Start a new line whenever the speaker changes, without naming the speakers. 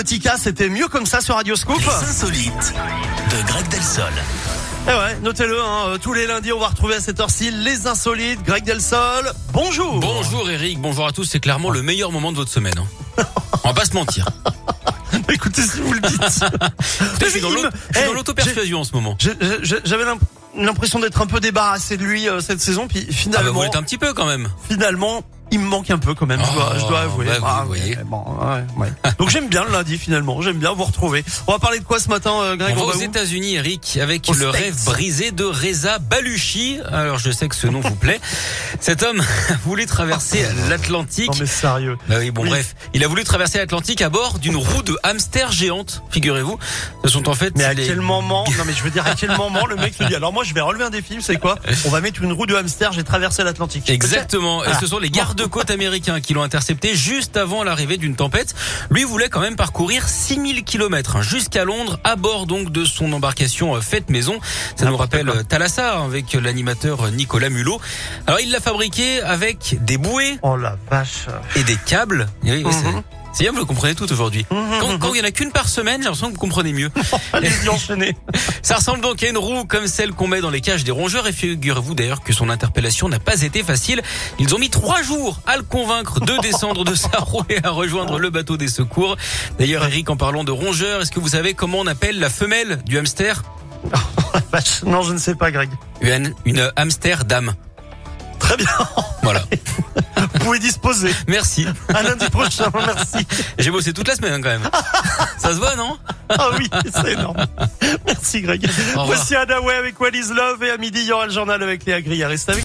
Nautica, c'était mieux comme ça sur Radio Scoop.
Les insolites de Greg Delsol.
Eh ouais, notez-le, hein, euh, tous les lundis, on va retrouver à cette heure-ci les insolites, Greg Delsol. Bonjour.
Bonjour Eric, bonjour à tous. C'est clairement le meilleur moment de votre semaine. hein. On va pas se mentir.
Écoutez si vous le dites.
Putain, je suis dans
Il me-
l'auto- je suis dans
Eh,
l'auto-persuasion en ce moment. Ah,
Je- je- je- J'avais l'imp- l'impression d'être un peu débarrassé de lui euh, cette saison, puis
Ah bah, vous
finalement,
l'êtes un petit peu quand même.
finalement, il me manque un peu quand même. je, dois, je dois
Oh,
avouer.
bah, vous
Ah,
voyez.
ouais, bon, ouais, ouais. Donc j'aime bien le lundi finalement. J'aime bien vous retrouver. On va parler de quoi ce matin, euh, Greg
On va
On
aux
va où
États-Unis, Eric, avec
Aux
le
States.
rêve brisé de Reza Baluchi. Alors, je sais que ce nom vous plaît. Cet homme voulait traverser l'Atlantique.
Non mais sérieux.
Bah oui, bon
Oui.
bref, il a voulu traverser l'Atlantique à bord d'une roue de hamster géante, figurez-vous. Ce sont en fait
Mais à
les-
quel moment Non, mais je veux dire, à quel moment le mec se dit Alors moi, je vais relever un défi. C'est quoi On va mettre une roue de hamster. J'ai traversé l'Atlantique.
Exactement. Et
Ah.
ce sont les gardes-côtes américains qui l'ont intercepté juste avant l'arrivée d'une tempête. Lui voulait quand même parcourir 6000 kilomètres hein, jusqu'à Londres à bord donc de son embarcation euh, faite maison. Ça nous rappelle euh, Thalassa avec l'animateur euh, Nicolas Mulot. Alors il l'a fabriqué avec des bouées
Oh la vache.
et des câbles. Et oui, oui, c'est-
Mhm.
C'est bien, vous le comprenez tout aujourd'hui. Quand, quand il y en a qu'une par semaine, j'ai l'impression que vous comprenez mieux.
Allez-y, enchaînez.
Ça ressemble donc à une roue comme celle qu'on met dans les cages des rongeurs et figurez-vous d'ailleurs que son interpellation n'a pas été facile. Ils ont mis trois jours à le convaincre de descendre de sa roue et à rejoindre le bateau des secours. D'ailleurs Eric, en parlant de rongeurs, est-ce que vous savez comment on appelle la femelle du hamster
Vache. Non, je ne sais pas, Greg.
une, une hamster dame.
Très bien.
Voilà.
Vous pouvez disposer.
Merci.
À lundi prochain. Merci.
J'ai bossé toute la semaine hein, quand même. Ça se voit, non
Ah oui, c'est énorme. Merci, Greg.
Au revoir.
Voici Adaway avec What is Love et à midi, il y aura le journal avec Léa Gria. Restez avec